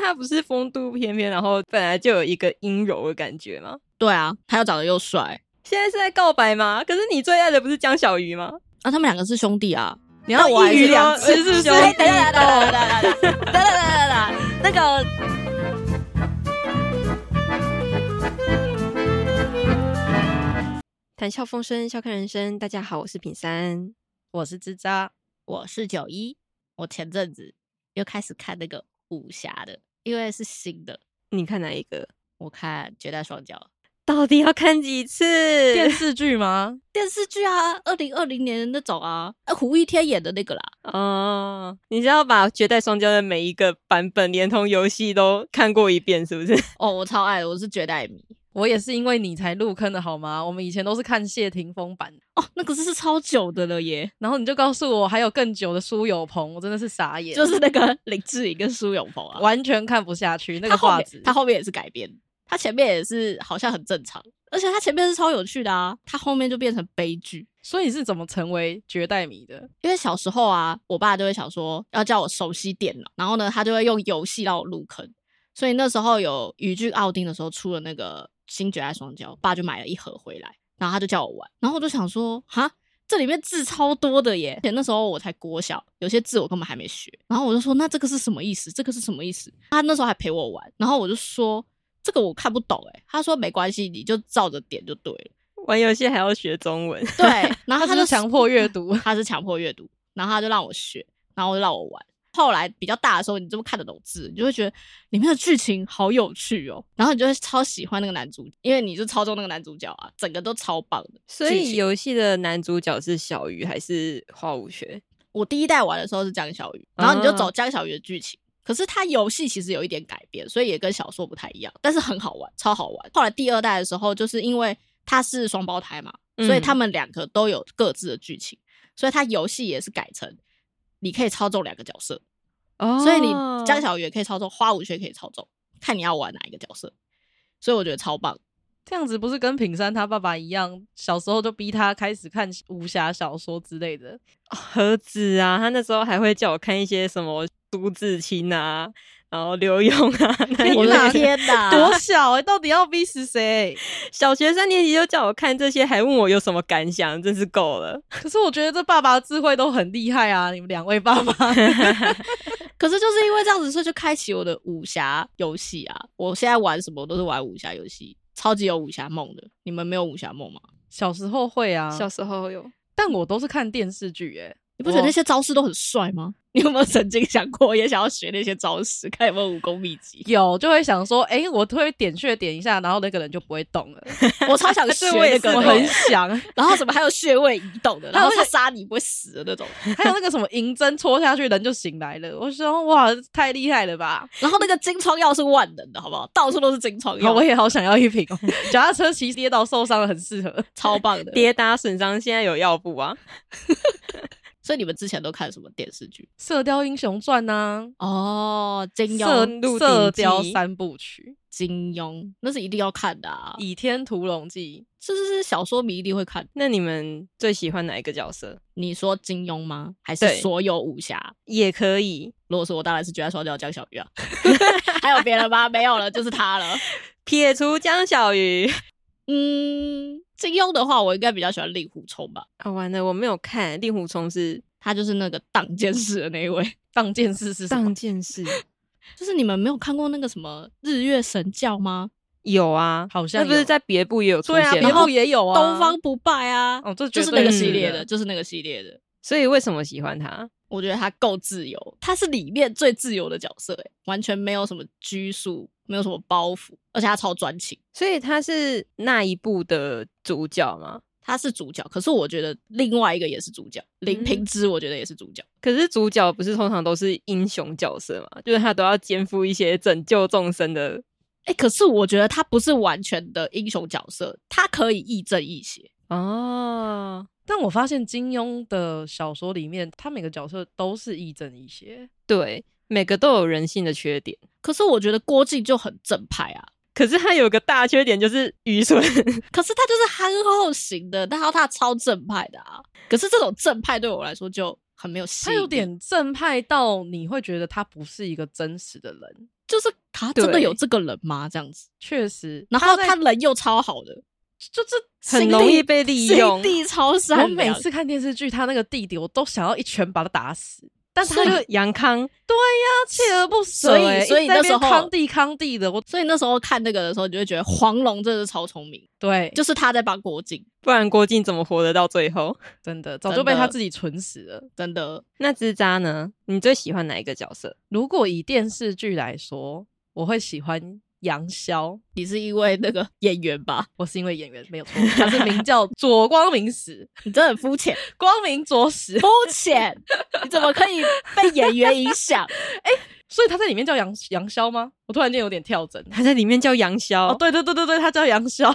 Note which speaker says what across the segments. Speaker 1: 他不是风度翩翩，然后本来就有一个阴柔的感觉吗？
Speaker 2: 对啊，他又长得又帅
Speaker 1: 现在是在告白吗？可是你最爱的不是江小鱼吗？
Speaker 2: 啊，他们两个是兄弟啊。你
Speaker 1: 那
Speaker 2: 要我还
Speaker 1: 一鱼
Speaker 2: 是
Speaker 1: 两吃是不是？
Speaker 2: 哎，等
Speaker 1: 等
Speaker 2: 一下，等一下，等一下，等一下，等一下，等一下，等一下，那个。
Speaker 1: 谈笑风生，笑看人生。大家好，我是品三。
Speaker 2: 我是支扎，我是九一。我前阵子又开始看那个武侠的，因为是新的，
Speaker 1: 你看哪一个？
Speaker 2: 我看《绝代双骄》
Speaker 1: 到底要看几次？
Speaker 3: 电视剧吗？
Speaker 2: 电视剧啊，二零二零年的那种啊，呃胡一天演的那个啦。
Speaker 1: 哦，你是要把《绝代双骄》的每一个版本，连同游戏都看过一遍，是不 是？
Speaker 2: 哦，我超爱的，我是绝代迷。
Speaker 3: 我也是因为你才入坑的好吗？我们以前都是看谢霆锋版，
Speaker 2: 哦，那个是超久的了耶，
Speaker 3: 然后你就告诉我还有更久的苏有朋，我真的是傻眼，
Speaker 2: 就是那个林志颖跟苏有朋啊，
Speaker 3: 完全看不下去那
Speaker 2: 他
Speaker 3: 个
Speaker 2: 后
Speaker 3: 画
Speaker 2: 面
Speaker 3: 质。
Speaker 2: 他后面也是改编，他前面也是好像很正常，而且他前面是超有趣的啊，他后面就变成悲剧。
Speaker 3: 所以是怎么成为绝代迷的？
Speaker 2: 因为小时候啊，我爸就会想说要叫我熟悉电脑，然后呢，他就会用游戏让我入坑。所以那时候有语句奥丁的时候出了那个新绝爱双骄，我爸就买了一盒回来，然后他就叫我玩，然后我就想说，哈，这里面字超多的耶！而且那时候我才国小，有些字我根本还没学，然后我就说，那这个是什么意思？这个是什么意思？他那时候还陪我玩，然后我就说这个我看不懂诶，他说没关系，你就照着点就对了。
Speaker 1: 玩游戏还要学中文，
Speaker 2: 对，然后他
Speaker 3: 他只
Speaker 2: 就是
Speaker 3: 强 迫阅读
Speaker 2: 他是强迫阅读，然后他就让我学，然后就让我玩。后来比较大的时候，你这么看得懂字，你就会觉得里面的剧情好有趣哦，然后你就会超喜欢那个男主，因为你就超中那个男主角啊，整个都超棒的。
Speaker 1: 所
Speaker 2: 剧
Speaker 1: 以
Speaker 2: 情
Speaker 1: 游戏的男主角是小鱼还是花无缺？
Speaker 2: 我第一代玩的时候是江小鱼，然后你就走
Speaker 1: 啊
Speaker 2: 江小鱼的剧情。可是它游戏其实有一点改变，所以也跟小说不太一样，但是很好玩，超好玩。后来第二代的时候，就是因为它是双胞胎嘛，所以
Speaker 1: 嗯
Speaker 2: 他们两个都有各自的剧情，所以它游戏也是改成你可以操纵两个角色，
Speaker 3: 嗯
Speaker 1: 哦
Speaker 2: 所以你江小鱼也可以操纵，花无缺可以操纵，看你要玩哪一个角色。所以我觉得超 棒。
Speaker 3: 这样子不是跟品山他爸爸一样，小时候就逼他开始看武侠小说之类的？
Speaker 1: 哦何止啊，他那时候还会叫我看一些什么朱自清啊，然后刘墉啊，那一
Speaker 2: 我
Speaker 1: 类
Speaker 2: 的
Speaker 1: 的
Speaker 2: 天哪！
Speaker 3: 多小哎、到底要逼死谁？
Speaker 1: 小学三年级就叫我看这些，还问我有什么感想，真是够了。
Speaker 3: 可是我觉得这爸爸的智慧都很厉害啊！你们两位爸爸，
Speaker 2: 可是就是因为这样子，所以就开启我的武侠游戏啊！我现在玩什么我都是玩武侠游戏，超级有武侠梦的。你们没有武侠梦吗？
Speaker 3: 小时候会啊，
Speaker 1: 时候有，
Speaker 3: 但我都是看电视剧哎、
Speaker 2: 你不觉得
Speaker 3: 我？
Speaker 2: 那些招式都很帅吗？ 你有没有曾经想过也想要学那些招式，看有没有武功秘籍
Speaker 3: 有就会想说，哎、我会点穴点一下，然后那个人就不会动了。
Speaker 2: 我超想 学
Speaker 3: 这我
Speaker 2: 那
Speaker 3: 也是哦欸
Speaker 2: 个
Speaker 3: 我
Speaker 2: 的
Speaker 3: 很
Speaker 2: 耶，
Speaker 3: 想，
Speaker 2: 然后什么还有穴位移动 的，然后
Speaker 3: 还有那
Speaker 2: 他
Speaker 3: 个
Speaker 2: 杀你不会死的那种，
Speaker 3: 还有那个什么银针戳下去，人就醒来了。我说哇，太厉害了吧！
Speaker 2: 然后那个金疮药是万能的，好不好？到处都是金疮
Speaker 3: 好，
Speaker 2: 药，
Speaker 3: 我也好想要一瓶哦。脚踏车骑跌倒受伤了，很适合。
Speaker 2: 超棒的。
Speaker 1: 跌打损伤现在有药布啊。
Speaker 2: 所以你们之前都看什么电视剧？
Speaker 3: 《射雕英雄传》呐，
Speaker 2: 哦，金
Speaker 3: 射
Speaker 2: 庸，
Speaker 1: 鹿鼎记
Speaker 3: 射雕三部曲，
Speaker 2: 金庸那是一定要看的啊，
Speaker 3: 《倚天屠龙记
Speaker 2: 这是小说迷一定会看。
Speaker 1: 那你们最喜欢哪一个角色？
Speaker 2: 你说金庸吗？还是
Speaker 1: 对
Speaker 2: 所有武侠？
Speaker 1: 也可以
Speaker 2: 如果说我当然是绝代双骄江小鱼啊， 还有别人吗？没有了，就是他了。
Speaker 1: 撇除江小鱼。
Speaker 2: 嗯，金庸的话，我应该比较喜欢令狐冲吧，
Speaker 1: 啊，完了，我没有看《令狐冲》是
Speaker 2: 他就是那个挡剑士的那一位。》
Speaker 3: 当剑士是什么？
Speaker 1: 当剑士，
Speaker 2: 就是你们没有看过那个什么《日月神教》吗？
Speaker 1: 有啊，
Speaker 3: 好像
Speaker 1: 那不是
Speaker 3: 有
Speaker 1: 在别部也有出
Speaker 3: 对啊，
Speaker 1: 现
Speaker 3: 别
Speaker 1: 吗，
Speaker 3: 部也有啊，
Speaker 2: 东方不败啊，
Speaker 3: 哦这
Speaker 2: 就是那
Speaker 3: 绝对
Speaker 2: 个
Speaker 1: 是
Speaker 2: 系列的，
Speaker 3: 的
Speaker 2: 就是那个系列的。
Speaker 1: 嗯所以为什么喜欢他？
Speaker 2: 我觉得他够自由，他是里面最自由的角色、欸，完全没有什么拘束，没有什么包袱，而且他超专情。
Speaker 1: 所以他是那一部的主角吗？
Speaker 2: 他是主角，可是我觉得另外一个也是主角，林
Speaker 1: 嗯
Speaker 2: 平之我觉得也是主角。
Speaker 1: 可是主角不是通常都是英雄角色嘛，就是他都要肩负一些拯救众生的
Speaker 2: 哎、可是我觉得他不是完全的英雄角色，他可以亦正亦邪。
Speaker 1: 哦。
Speaker 3: 但我发现金庸的小说里面，他每个角色都是亦正亦邪。
Speaker 1: 对，每个都有人性的缺点，
Speaker 2: 可是我觉得郭靖就很正派啊，
Speaker 1: 可是他有个大缺点就是愚 蠢。
Speaker 2: 可是他就是憨厚型的，但他他超正派的啊。可是这种正派对我来说就很没有吸
Speaker 3: 他
Speaker 2: 引力，
Speaker 3: 有点正派到你会觉得他不是一个真实的人，
Speaker 2: 就是他真的
Speaker 1: 对
Speaker 2: 有这个人吗？这样子，
Speaker 3: 确实。
Speaker 2: 然后
Speaker 3: 在
Speaker 2: 他人又超好的，
Speaker 3: 就是
Speaker 1: 很
Speaker 2: 心
Speaker 1: 容易
Speaker 2: 地
Speaker 1: 被利
Speaker 2: 心
Speaker 1: 用。
Speaker 2: 地超
Speaker 3: 我
Speaker 2: 善
Speaker 3: 每
Speaker 2: 良。
Speaker 3: 次看电视剧，他那个弟弟，我都想要一拳把他打死，但他
Speaker 1: 他
Speaker 3: 就
Speaker 1: 就杨康，
Speaker 3: 他锲而不舍
Speaker 2: 所以
Speaker 3: 欸，
Speaker 2: 所以
Speaker 3: 一直在
Speaker 2: 那
Speaker 3: 边
Speaker 2: 时候
Speaker 3: 康帝康帝的，我
Speaker 2: 所以那时候看这个的时候，你就会觉得黄龙真的是超聪明，
Speaker 3: 对，就
Speaker 2: 就是他在帮郭靖，
Speaker 1: 不然郭靖怎么活得到最后？
Speaker 3: 真的早
Speaker 2: 真
Speaker 3: 就被他
Speaker 2: 的
Speaker 3: 自己蠢死了。
Speaker 2: 真的
Speaker 1: 那支扎呢？你最喜欢哪一个角色？
Speaker 3: 如果以电视剧来说，我会喜欢杨逍，
Speaker 2: 你是因为那个演员 吧？
Speaker 3: 我是因为演员没有错，他是 名叫左光明史，
Speaker 2: 你真的很肤浅，
Speaker 3: 光明左史，
Speaker 2: 肤浅，你怎么可以被演员影响？
Speaker 3: 所以他在里面叫杨杨逍吗？我突然间有点跳针。
Speaker 1: 他在里面叫杨逍，
Speaker 3: 哦，对对对对对，他叫杨逍，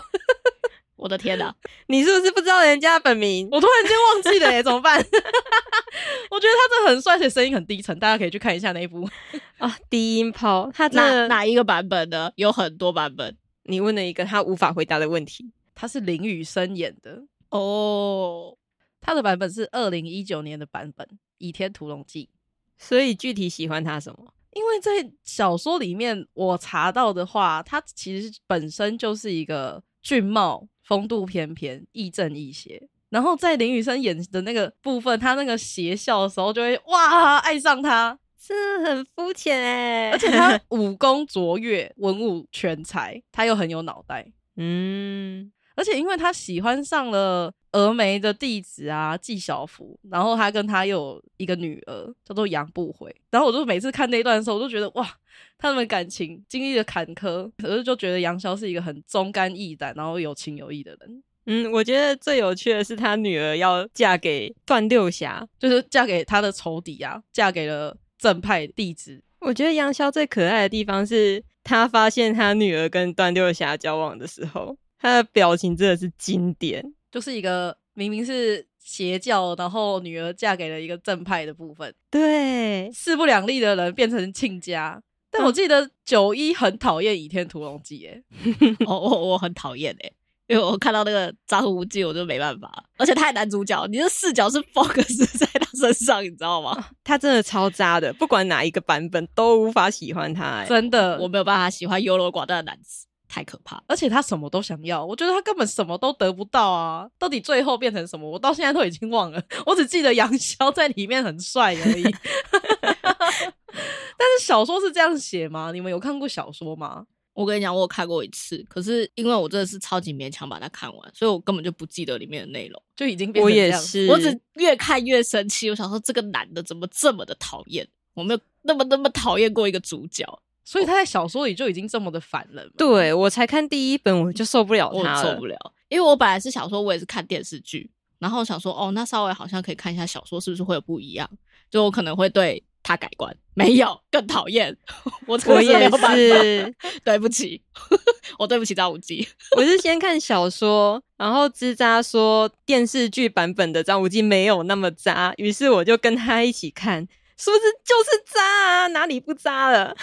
Speaker 2: 我的天哪、
Speaker 1: 你是不是不知道人家本名？
Speaker 3: 我突然间忘记了耶，怎么办？ 我觉得他真的很帅，而且声音很低沉，大家可以去看一下那一部。
Speaker 1: 啊，低音炮，他真
Speaker 2: 哪
Speaker 1: 的，
Speaker 2: 哪一个版本呢？有很多版本
Speaker 1: 你问了一个他无法回答的问题。
Speaker 3: 他是林雨生演的，
Speaker 2: 哦。
Speaker 3: 他的版本是二零一九年的版本《倚天屠龙记》。
Speaker 1: 所以具体喜欢他什么？
Speaker 3: 因为在小说里面我查到的话，他其实本身就是一个俊貌、风度翩翩、亦正亦邪。然后在林雨生演的那个部分，他那个邪笑的时候，就会哇爱上他，
Speaker 1: 这很肤浅哎，
Speaker 3: 而 且他武功卓越，文武全才，他又很有脑袋。
Speaker 1: 嗯，
Speaker 3: 而且因为他喜欢上了峨眉的弟子啊纪晓芙，然后他跟他又有一个女儿叫做杨不悔，然后我就每次看那一段的时候，我就觉得哇，他们感情经历了坎坷，可是就觉得杨逍是一个很忠肝义胆，然后有情有义的人，
Speaker 1: 嗯，我觉得最有趣的是他女儿要嫁给段六侠。
Speaker 3: 就是嫁给他的仇敌啊，嫁给了正派弟子。
Speaker 1: 我觉得杨逍最可爱的地方是他发现他女儿跟段六侠交往的时候，他的表情真的是经典。
Speaker 3: 就是一个明明是邪教，然后女儿嫁给了一个正派的部分，
Speaker 1: 对，
Speaker 3: 势不两立的人变成亲家。但我
Speaker 1: 嗯
Speaker 3: 记得九一很讨厌《倚天屠龙记》耶，
Speaker 2: 我我哦我很讨厌哎，因为我看到那个张无忌，我就没办法，而且他也男主角，你的视角是 focus 在他身上，你知道吗？
Speaker 1: 他真的超渣的，不管哪一个版本都无法喜欢他、欸。
Speaker 3: 真
Speaker 2: 我
Speaker 3: 的，哎我
Speaker 2: 没有办法喜欢优柔寡断的男子，太可怕了。
Speaker 3: 而且他什么都想要，我觉得他根本什么都得不到啊！到底最后变成什么，我到现在都已经忘了， 我只记得杨逍在里面很帅而已。 但是小说是这样写吗？你们有看过小说吗？
Speaker 2: 我跟你讲，我有看过一次，可是因为我真的是超级勉强把它看完，所以我根本就不记得里面的内容。
Speaker 3: 就已经变
Speaker 1: 我
Speaker 3: 成这
Speaker 1: 也
Speaker 3: 样，
Speaker 1: 是，
Speaker 2: 我只越看越生气，我想说这个男的怎么这么的讨厌？我没有那么那么讨厌过一个主角，
Speaker 3: 所以他在小说里就已经这么的反人了。，
Speaker 1: 对我才看第一本我就受不了
Speaker 2: 我
Speaker 1: 哦他
Speaker 2: 受不
Speaker 1: 了。
Speaker 2: 了。因为我本来是想说，我也是看电视剧，然后想说，哦，那稍微好像可以看一下小说，是不是会有不一样？就我可能会对他改观，没有，更讨厌。 我真
Speaker 1: 我
Speaker 2: 的是没
Speaker 1: 也
Speaker 2: 有办法，
Speaker 1: 是，
Speaker 2: 对不起， 我对不起张 无忌。
Speaker 1: 我是先看小说，然后吱喳说电视剧版本的张无忌没有那么渣，于是我就跟他一起看，是不是就是渣啊？哪里不渣了？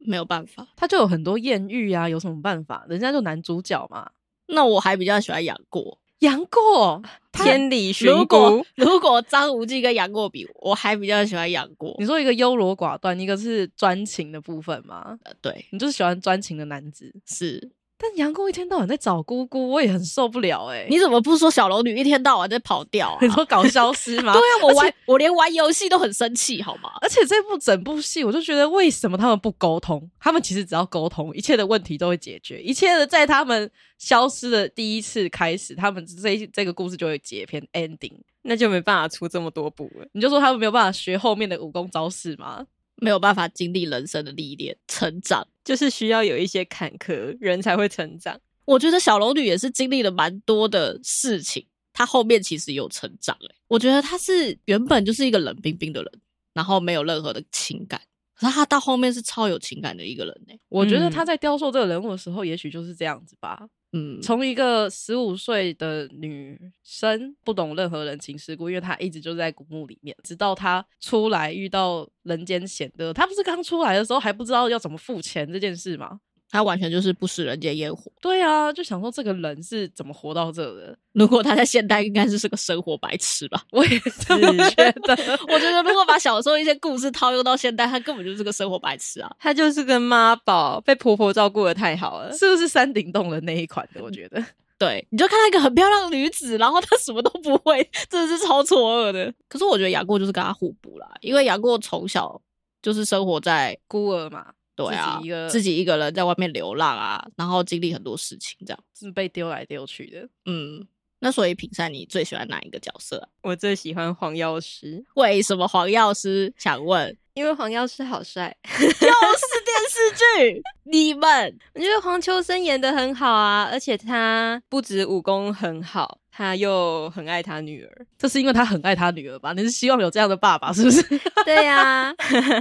Speaker 2: 没有办法，
Speaker 3: 他就有很多艳遇啊，有什么办法？人家就男主角嘛，
Speaker 2: 那我还比较喜欢杨过。
Speaker 3: 杨过。他
Speaker 1: 天理寻姑
Speaker 2: 如果，如果张无忌跟杨过比，我还比较喜欢杨过
Speaker 3: 你。说一个优柔寡断，一个是专情的部分嘛，
Speaker 2: 呃对，
Speaker 3: 你就是喜欢专情的男子。
Speaker 2: 是。
Speaker 3: 但杨过一天到晚在找姑姑，我也很受不了哎、
Speaker 2: 你怎么不说小龙女一天到晚在跑调啊？
Speaker 3: 你说搞 消失吗？
Speaker 2: 对啊，我
Speaker 3: 而且
Speaker 2: 玩我连玩游戏都很生气，好吗？
Speaker 3: 而且这部整部戏，我就觉得为什么他们不沟通？他们其实只要沟通，一切的问题都会解决。一切的在他们消失的第一次开始，他们这一这个故事就会结篇 ending。
Speaker 1: 那就没办法出这么多部了。
Speaker 3: 你就说他们没有办法学后面的武功招式吗？
Speaker 2: 没有办法经历人生的历练成长。
Speaker 1: 就是需要有一些坎坷，人才会成长。
Speaker 2: 我觉得小龙女也是经历了蛮多的事情，她后面其实有成长、欸。我觉得她是原本就是一个冷冰冰的人，然后没有任何的情感，可是她到后面是超有情感的一个人欸呢、
Speaker 3: 我觉得他在雕塑这个人物的时候，也许就是这样子吧。
Speaker 2: 嗯，
Speaker 3: 从一个十五岁的女生不懂任何人情世故，因为她一直就在古墓里面，直到她出来遇到人间险恶。她不是刚出来的时候还不知道要怎么付钱这件事吗？
Speaker 2: 他完全就是不食人间烟火。
Speaker 3: 对啊，就想说这个人是怎么活到这的？
Speaker 2: 如果他在现代，应该是是个生活白痴吧？
Speaker 3: 我也这么
Speaker 1: 是
Speaker 3: 觉得。
Speaker 2: 我觉得如果把小时候一些故事套用到现代，他根本就是个生活白痴啊！
Speaker 1: 她就是个妈宝，被婆婆照顾的太好了。
Speaker 3: 是不是山顶洞人那一款的？我觉得
Speaker 2: 对，你就看到一个很漂亮的女子，然后她什么都不会，真的是超错愕的。可是我觉得杨过就是跟她互补啦，因为杨过从小就是生活在
Speaker 3: 孤儿嘛，
Speaker 2: 对啊
Speaker 3: 自己一个
Speaker 2: 自己一个人在外面流浪啊，然后经历很多事情这样。
Speaker 3: 是被丢来丢去的。
Speaker 2: 嗯，那所以品善，你最喜欢哪一个角色啊？
Speaker 1: 我最喜欢黄药师，
Speaker 2: 为什么黄药师想问？
Speaker 1: 因为黄药师好帅，
Speaker 2: 又是电视剧，你们
Speaker 1: 我觉得黄秋生演的很好啊，而且他不止武功很好，他又很爱他女儿。
Speaker 3: 这是因为他很爱他女儿吧？你是希望有这样的爸爸是 不是？
Speaker 1: 对呀、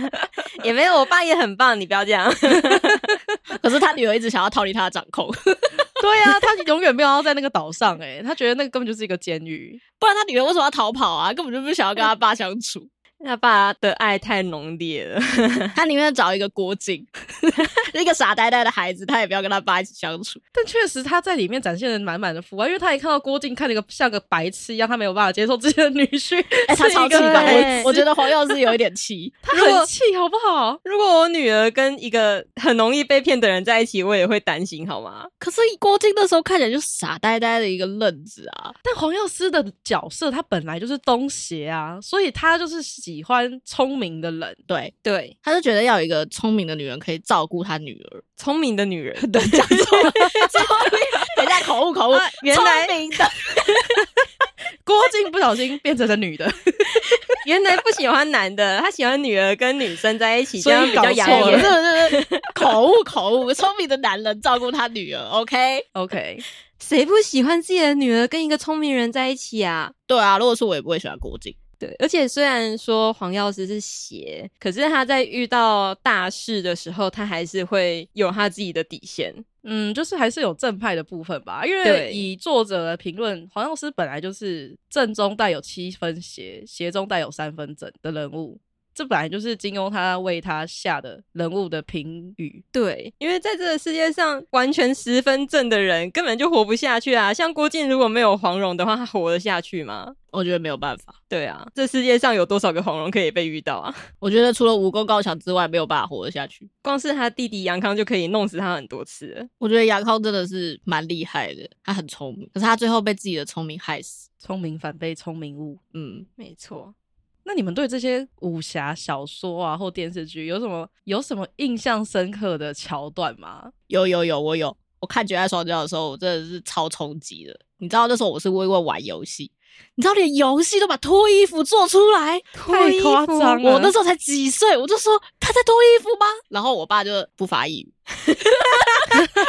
Speaker 1: 也没有，我爸也很棒，你不要这样。
Speaker 2: 可是他女儿一直想要逃离他的掌控，
Speaker 3: 对啊，他永远没有要在那个岛上哎、他觉得那个根本就是一个监狱。
Speaker 2: 不然他女儿为什么要逃跑啊？根本就不想要跟他爸相处，
Speaker 1: 他爸的爱太浓烈了，
Speaker 2: 他宁愿找一个郭靖，一个傻呆呆的孩子，他也不要跟他爸一起相处。
Speaker 3: 但确实他在里面展现了满满的父爱，因为他一看到郭靖看那个像个白痴一样，他没有办法接受自己的女婿，
Speaker 2: 哎、他
Speaker 3: 是
Speaker 2: 超
Speaker 3: 一
Speaker 2: 气
Speaker 3: 个
Speaker 2: 吧？
Speaker 3: 白
Speaker 2: 我我
Speaker 3: 痴
Speaker 2: 觉得黄药师有一点气，
Speaker 3: 他很气好不好？
Speaker 1: 如果我女儿跟一个很容易被骗的人在一起，我也会担心，好吗？
Speaker 2: 可是郭靖那时候看起来就傻呆呆的一个愣子啊。
Speaker 3: 但黄药师的角色他本来就是东邪啊，所以他就是喜欢聪明的人。
Speaker 2: 对，
Speaker 1: 对，
Speaker 2: 他就觉得要有一个聪明的女人可以照顾他女儿。
Speaker 1: 聪明的女 人，
Speaker 2: 对，讲错了，等一下口误口误，
Speaker 1: 原来
Speaker 2: 聪明的
Speaker 3: 郭靖不小心变成了女的，
Speaker 1: 原来不喜欢男的，她喜欢女儿跟女生在一起，这
Speaker 3: 所以
Speaker 1: 样比较
Speaker 3: 搞
Speaker 1: 养
Speaker 3: 错
Speaker 1: 眼
Speaker 2: 对
Speaker 3: 了。
Speaker 2: 对对对，口误口误，聪明的男人照顾他女儿，OK？
Speaker 3: OK，
Speaker 1: 谁不喜欢自己的女儿跟一个聪明人在一起啊？
Speaker 2: 对啊，如果是我也不会喜欢郭靖，
Speaker 1: 对，而且虽然说黄药师是邪，可是他在遇到大事的时候，他还是会有他自己的底线。
Speaker 3: 嗯，就是还是有正派的部分吧，因为
Speaker 1: 对
Speaker 3: 以作者的评论，黄药师本来就是正中带有七分邪，邪中带有三分正的人物，这本来就是金庸他为他下的人物的评语。
Speaker 1: 对，因为在这个世界上，完全十分正的人根本就活不下去啊！像郭靖如果没有黄蓉的话，他活得下去吗？
Speaker 2: 我觉得没有办法。
Speaker 1: 对啊，这世界上有多少个黄蓉可以被遇到啊？
Speaker 2: 我觉得除了武功高强之外，没有办法活得下去。
Speaker 1: 光是他弟弟杨康就可以弄死他很多次了。
Speaker 2: 我觉得杨康真的是蛮厉害的，他很聪明，可是他最后被自己的聪明害死。
Speaker 3: 聪明反被聪明误。
Speaker 2: 嗯，
Speaker 1: 没错，
Speaker 3: 那你们对这些武侠小说啊或电视剧有什么有什么印象深刻的桥段吗？
Speaker 2: 有有有，我有。我看《绝爱双骄》的时候，我真的是超冲击的。你知道那时候我是因为玩游戏，你知道连游戏都把脱衣服做出来，
Speaker 1: 脱衣
Speaker 3: 太
Speaker 1: 服
Speaker 3: 夸张了！
Speaker 2: 我那时候才几岁，我就说他在脱衣服吗？然后我爸就不发一语。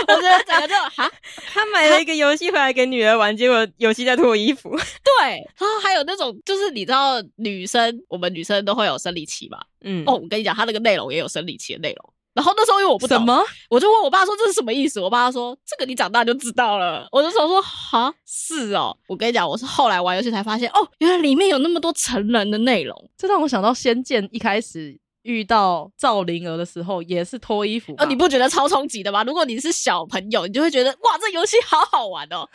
Speaker 2: 我觉得整个就哈，
Speaker 1: 他买了一个游戏回来给女儿玩，结果游戏在脱衣服。
Speaker 2: 对，然后还有那种就是你知道女生，我们女生都会有生理期嘛？
Speaker 1: 嗯，
Speaker 2: 哦，，我跟你讲，他那个内容也有生理期的内容。然后那时候因为我不
Speaker 3: 什
Speaker 2: 懂，
Speaker 3: 么？
Speaker 2: 我就问我爸说这是什么意思，我爸说这个你长大就知道了。我就想说哈是哦，我跟你讲，我是后来玩游戏才发现哦，原来里面有那么多成人的内容。
Speaker 3: 这让我想到《仙剑》一开始遇到赵灵儿的时候，也是脱衣服吧。
Speaker 2: 哦，你不觉得超冲击的吗？如果你是小朋友，你就会觉得哇，这游戏好好玩哦，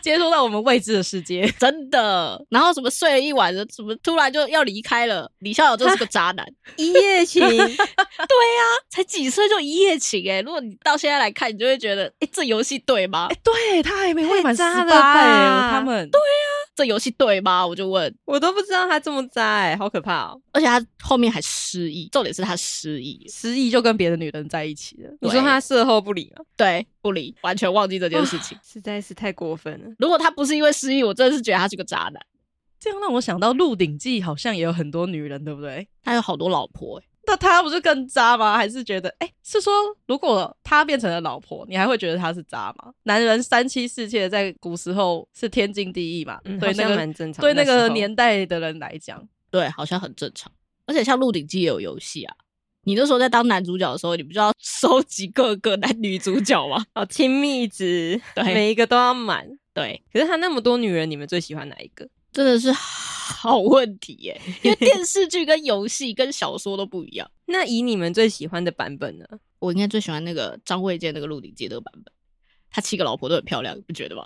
Speaker 3: 接触到我们未知的世界，
Speaker 2: 真的。然后什么睡了一晚，什么突然就要离开了，李逍遥真是个渣男，
Speaker 3: 啊
Speaker 1: 一夜情，
Speaker 2: 才几岁就一夜情哎、如果你到现在来看，你就会觉得哎、诶这游戏对吗？
Speaker 3: 哎对他还没未满十
Speaker 1: 太渣了
Speaker 3: 八哎，
Speaker 1: 吧
Speaker 3: 他们对，
Speaker 2: 这游戏对吗？我就问。
Speaker 1: 我都不知道他这么渣、欸，好可怕哦！
Speaker 2: 而且他后面还失忆，重点是他失忆，
Speaker 3: 失忆就跟别的女人在一起了。
Speaker 1: 你说他事后不理吗？
Speaker 2: 对，不理，完全忘记这件事情。
Speaker 1: 实在是太过分了。
Speaker 2: 如果他不是因为失忆，我真的是觉得他是个渣男。
Speaker 3: 这样让我想到《鹿鼎记》好像也有很多女人，对不对？
Speaker 2: 他有好多老婆、欸，
Speaker 3: 那他不是更渣吗？还是觉得，哎、是说如果他变成了老婆，你还会觉得他是渣吗？男人三妻四妾在古时候是天经地义嘛？
Speaker 1: 嗯，
Speaker 3: 对
Speaker 1: 好
Speaker 3: 那
Speaker 1: 像
Speaker 3: 个
Speaker 1: 蛮正常
Speaker 3: 对
Speaker 1: 的。
Speaker 3: 那个
Speaker 1: 时候
Speaker 3: 年代的人来讲，
Speaker 2: 对，好像很正常。而且像《鹿鼎记》也有游戏啊，你那时候在当男主角的时候，你不就要收集各个男女主角吗？
Speaker 1: 哦，亲密值，
Speaker 2: 对
Speaker 1: 每一个都要满。
Speaker 2: 对，
Speaker 1: 可是他那么多女人，你们最喜欢哪一个？
Speaker 2: 真的是好问题耶，因为电视剧跟游戏跟小说都不一样。
Speaker 1: 那以你们最喜欢的版本呢？
Speaker 2: 我应该最喜欢那个张卫健那个《鹿鼎记》那个版本，他七个老婆都很漂亮，你不觉得吗？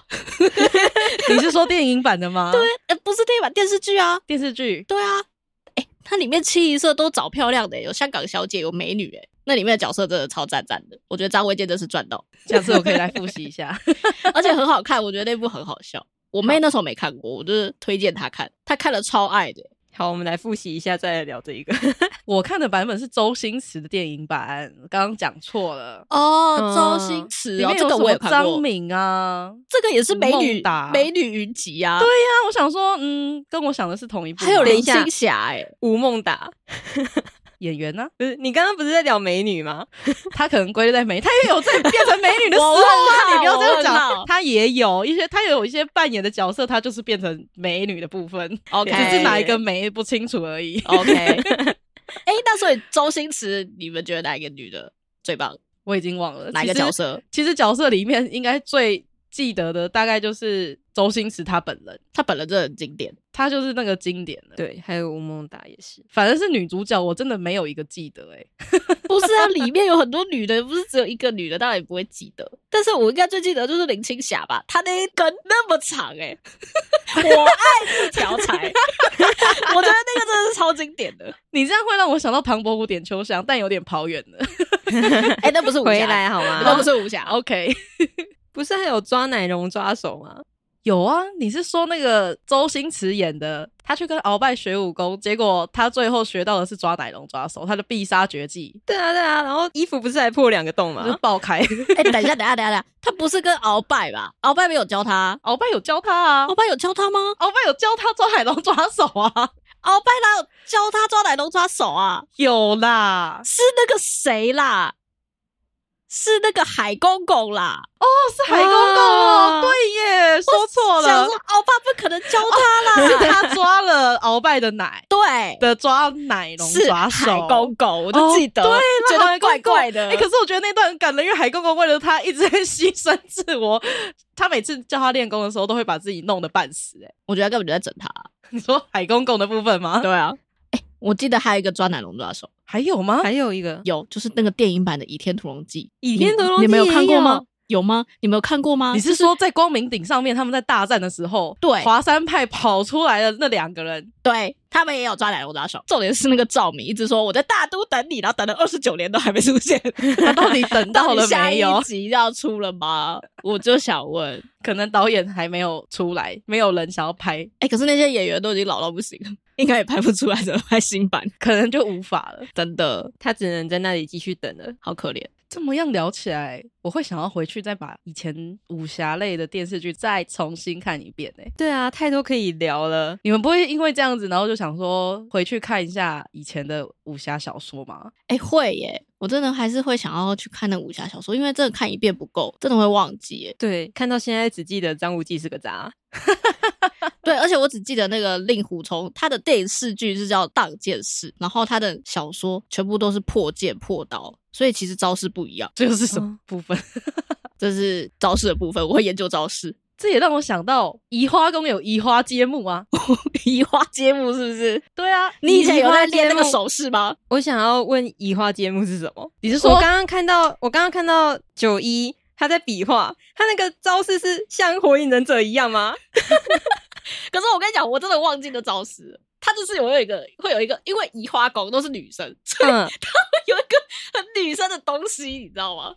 Speaker 3: 你是说电影版 的吗？对，
Speaker 2: 呃，不是电影版电视剧啊，
Speaker 3: 电视剧
Speaker 2: 对啊，哎、它里面清一色都找漂亮的耶，有香港小姐，有美女，哎，那里面的角色真的超赞赞的，我觉得张卫健真是赚到，
Speaker 3: 下次我可以来复习一下。
Speaker 2: 而且很好看，我觉得那部很好笑。我妹那时候没看过，我就是推荐她看，她看了超爱的耶。
Speaker 1: 好，我们来复习一下，再来聊这一个。
Speaker 3: 我看的版本是周星驰的电影版，刚刚讲错了。
Speaker 2: 哦
Speaker 1: 周星
Speaker 2: 驰
Speaker 3: 里面
Speaker 2: 这
Speaker 3: 有
Speaker 2: 个
Speaker 3: 什
Speaker 2: 我
Speaker 3: 么
Speaker 2: 有看
Speaker 3: 张
Speaker 2: 过，
Speaker 3: 敏啊，
Speaker 2: 这个也是美
Speaker 3: 孟
Speaker 2: 女
Speaker 3: 达
Speaker 2: 美女云集啊，
Speaker 3: 对呀、我想说，嗯，跟我想的是同一部吗。
Speaker 2: 还有
Speaker 1: 等
Speaker 2: 林
Speaker 1: 一下
Speaker 2: 青霞，哎，
Speaker 1: 吴孟达，
Speaker 3: 演员呢、
Speaker 1: 不是你刚刚不是在聊美女吗？
Speaker 3: 她可能归类在美，她也有在变成美女的时候
Speaker 2: 我问号
Speaker 3: 啊！你不要这
Speaker 2: 我
Speaker 3: 样
Speaker 2: 问号
Speaker 3: 讲，她也有一些，她有一些扮演的角色，她就是变成美女的部分
Speaker 2: OK
Speaker 3: 只是哪一个美不清楚而已。
Speaker 2: OK，哎、那所以周星驰，你们觉得哪一个女的最棒？
Speaker 3: 我已经忘了
Speaker 2: 哪一个
Speaker 3: 其实
Speaker 2: 角色？
Speaker 3: 其实角色里面应该最记得的大概就是周星驰他本人，
Speaker 2: 她本人真的很经典，
Speaker 3: 他就是那个经典的。
Speaker 1: 对，还有吴孟达也是。
Speaker 3: 反正是女主角，我真的没有一个记得哎、
Speaker 2: 不是啊？里面有很多女的，不是只有一个女的，当然也不会记得。但是我应该最记得就是林青霞吧，她那一根那么长、 欸，我爱四条柴，欸我觉得那个真的是超经典的。
Speaker 3: 你这样会让我想到唐伯虎点秋香，但有点跑远了。
Speaker 2: 哎、那不是武侠，
Speaker 1: 回来 好
Speaker 2: 那不
Speaker 1: 吗？
Speaker 2: 是武侠，
Speaker 3: OK，
Speaker 1: 不是还有抓奶龙抓手吗？
Speaker 3: 有啊，你是说那个周星驰演的，他去跟鳌拜学武功，结果他最后学到的是抓奶龙抓手，他的必杀绝技
Speaker 1: 对啊，对啊。然后衣服不是还破两个洞
Speaker 3: 就 是
Speaker 1: 吗？
Speaker 3: 爆 开。
Speaker 2: 哎、等一下，等一下，等一下，等一下，他不是跟鳌拜吧？鳌拜没有教他，
Speaker 3: 鳌拜有教他啊，
Speaker 2: 鳌拜有教他吗？
Speaker 3: 鳌拜有教他抓海龙抓手啊，
Speaker 2: 鳌拜哪有教他抓奶龙抓手啊？
Speaker 3: 有啦。
Speaker 2: 是那个谁啦？是那个海公公啦，
Speaker 3: 哦，是海公公
Speaker 1: 啊
Speaker 3: 哦，对耶，说错
Speaker 2: 想
Speaker 3: 了
Speaker 2: 说，鳌拜不可能教 他
Speaker 3: 是
Speaker 2: 啦，
Speaker 3: 他抓了鳌拜的奶
Speaker 2: 对，
Speaker 3: 的抓奶 龙
Speaker 2: 是
Speaker 3: 抓手
Speaker 2: 海。公公，我就记得，
Speaker 3: 哦
Speaker 2: 觉
Speaker 3: 对啦，
Speaker 2: 得怪怪的。
Speaker 3: 哎、可是我觉得那段很感人，因为海公公为了他一直在牺牲自我。他每次叫他练功的时候，都会把自己弄得半死、哎，
Speaker 2: 我觉得他根本就在整他，
Speaker 3: 你 说海公公的部分吗？
Speaker 2: 对啊。哎，我记得还有一个抓奶龙抓手，
Speaker 3: 还有吗？
Speaker 1: 还有一个《
Speaker 2: 有就是那个电影版的《倚天屠龙记》，
Speaker 1: 倚天屠龙记》，
Speaker 2: 你们有看过吗？？有吗？你们有看过吗？
Speaker 3: 你啊是说在光明顶上面，他们在大战的时候，
Speaker 2: 对
Speaker 3: 华山派跑出来的那两个人，
Speaker 2: 对他们也有抓奶龙抓手，重点是那个赵敏一直说我在大都等你，然后等了二十九年都还没出 现，
Speaker 3: 他到底等 到了
Speaker 2: 下
Speaker 3: 没
Speaker 2: 一
Speaker 3: 有？
Speaker 2: 集要出了吗？ 我就想问，
Speaker 3: 可能导演还没有出来，没有人想要拍，
Speaker 2: 哎、可是那些演员都已经老到不行了，应该也拍不出来，怎么拍新版？
Speaker 3: 可能就无法了。
Speaker 2: 真的
Speaker 1: 他只能在那里继续等了。
Speaker 2: 好可怜。
Speaker 3: 这么样聊起来，我会想要回去再把以前武侠类的电视剧再重新看一遍呢、欸
Speaker 1: 对啊，太多可以聊了。
Speaker 3: 你们不会因为这样子，然后就想说回去看一下以前的武侠小说吗？
Speaker 2: 哎、会耶，我真的还是会想要去看那武侠小说，因为真的看一遍不够，真的会忘记耶。
Speaker 1: 对，看到现在只记得张无忌是个渣。
Speaker 2: 对，而且我只记得那个令狐冲，他的电视剧是叫《荡剑士》，然后他的小说全部都是破剑破刀，所以其实招式不一样，
Speaker 3: 这又是什么
Speaker 1: 嗯
Speaker 3: 部分？
Speaker 2: 这是招式的部分。我会研究招式，
Speaker 3: 这也让我想到移花宫有移花接木啊，
Speaker 2: 移花接木是不是？
Speaker 3: 对啊，
Speaker 2: 你以前有在练那个
Speaker 3: 移花接木？
Speaker 2: 手势吗？
Speaker 1: 我想要问移花接木是什么？
Speaker 3: 你是
Speaker 1: 我
Speaker 3: 说
Speaker 1: 刚刚看到，我刚刚看到九一他在比划，他那个招式是像火影忍者一样吗？
Speaker 2: 可是我跟你讲，我真的忘记了招式了。他就是有有一个会有一个，因为移花宫都是女生， 所以
Speaker 1: 嗯，
Speaker 2: 有一个很女生的东西，你知道吗？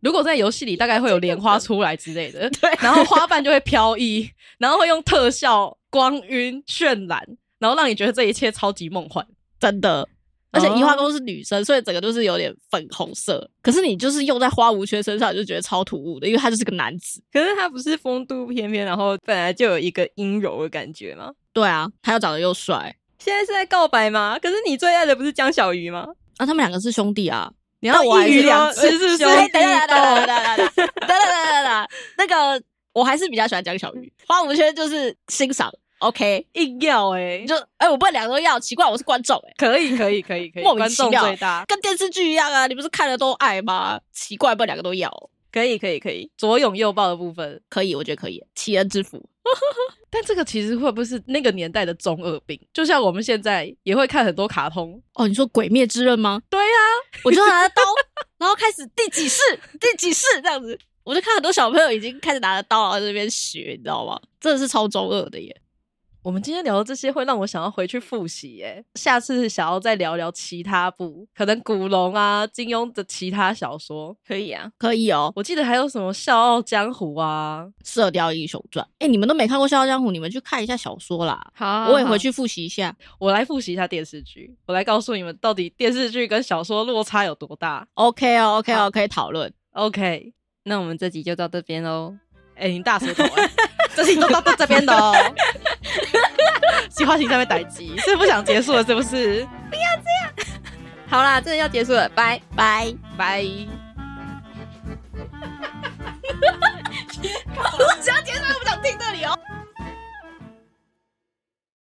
Speaker 3: 如果在游戏里大概会有莲花出来之类的，
Speaker 2: 对
Speaker 3: 然后花瓣就会飘逸，然后会用特效、光晕渲染，然后让你觉得这一切超级梦幻。
Speaker 2: 真的，而且移花宫是女生，所以整个就是有点粉红色。可是你就是用在花无缺身上，你就觉得超突兀的，因为他就是个男子。
Speaker 1: 可是他不是风度翩翩，然后本来就有一个阴柔的感觉吗？
Speaker 2: 对啊，他又长得又帅，
Speaker 1: 现在是在告白吗？可是你最爱的不是江小鱼吗？哦
Speaker 2: 啊，他们两个是兄弟啊。
Speaker 3: 你要
Speaker 2: 但我还
Speaker 3: 一鱼
Speaker 2: 是
Speaker 3: 两吃是不
Speaker 1: 是
Speaker 3: 是？
Speaker 2: 哎等一下等一下等一下等一下等一下等一下等一下，那个我还是比较喜欢江小鱼，花无缺就是欣赏，OK，
Speaker 3: 硬要哎、
Speaker 2: 你就哎、我不能两个都要，奇怪，我是观众哎、
Speaker 3: 可以可以可以可以，
Speaker 2: 莫名
Speaker 3: 观
Speaker 2: 其
Speaker 3: 众
Speaker 2: 妙
Speaker 3: 最大。
Speaker 2: 跟电视剧一样啊，你不是看了都爱吗？奇怪，不然两个都要，
Speaker 1: 可以，可以，可以。
Speaker 3: 左拥右抱的部分，
Speaker 2: 可以，我觉得可以，奇恩之福，
Speaker 3: 但这个其实会不会是那个年代的中二病？就像我们现在也会看很多卡通，
Speaker 2: 哦，你说《鬼灭之刃》吗？
Speaker 3: 对啊呀、
Speaker 2: 我就拿着刀，然后开始第几式，第几式这样子。我就看很多小朋友已经开始拿着刀，然后在那边学，你知道吗？真的是超中二的耶！
Speaker 3: 我们今天聊的这些会让我想要回去复习，耶。下次想要再聊聊其他部，可能古龙啊、金庸的其他小说。
Speaker 1: 可以啊，
Speaker 2: 可以哦，
Speaker 3: 我记得还有什么《笑傲江湖》啊，
Speaker 2: 《射雕英雄传》哎，你们都没看过《笑傲江湖》，你们去看一下小说啦。
Speaker 1: 好啊
Speaker 2: 我也回。
Speaker 1: 好啊
Speaker 2: 去复习一下。
Speaker 3: 我来复习一下电视剧，我来告诉你们到底电视剧跟小说落差有多大。
Speaker 2: OK 哦，OK
Speaker 3: 好
Speaker 2: 哦，可以讨论。
Speaker 3: OK，
Speaker 1: 那我们这集就到这边喽。
Speaker 3: 哎、你大舌头、欸，这是你都到到这边的 哦。计划型上面逮鸡，是不想结束了是不是？
Speaker 1: 好啦，真的要结束了，拜。
Speaker 2: 拜。
Speaker 3: 拜。
Speaker 2: 只要结束，不想听这里哦。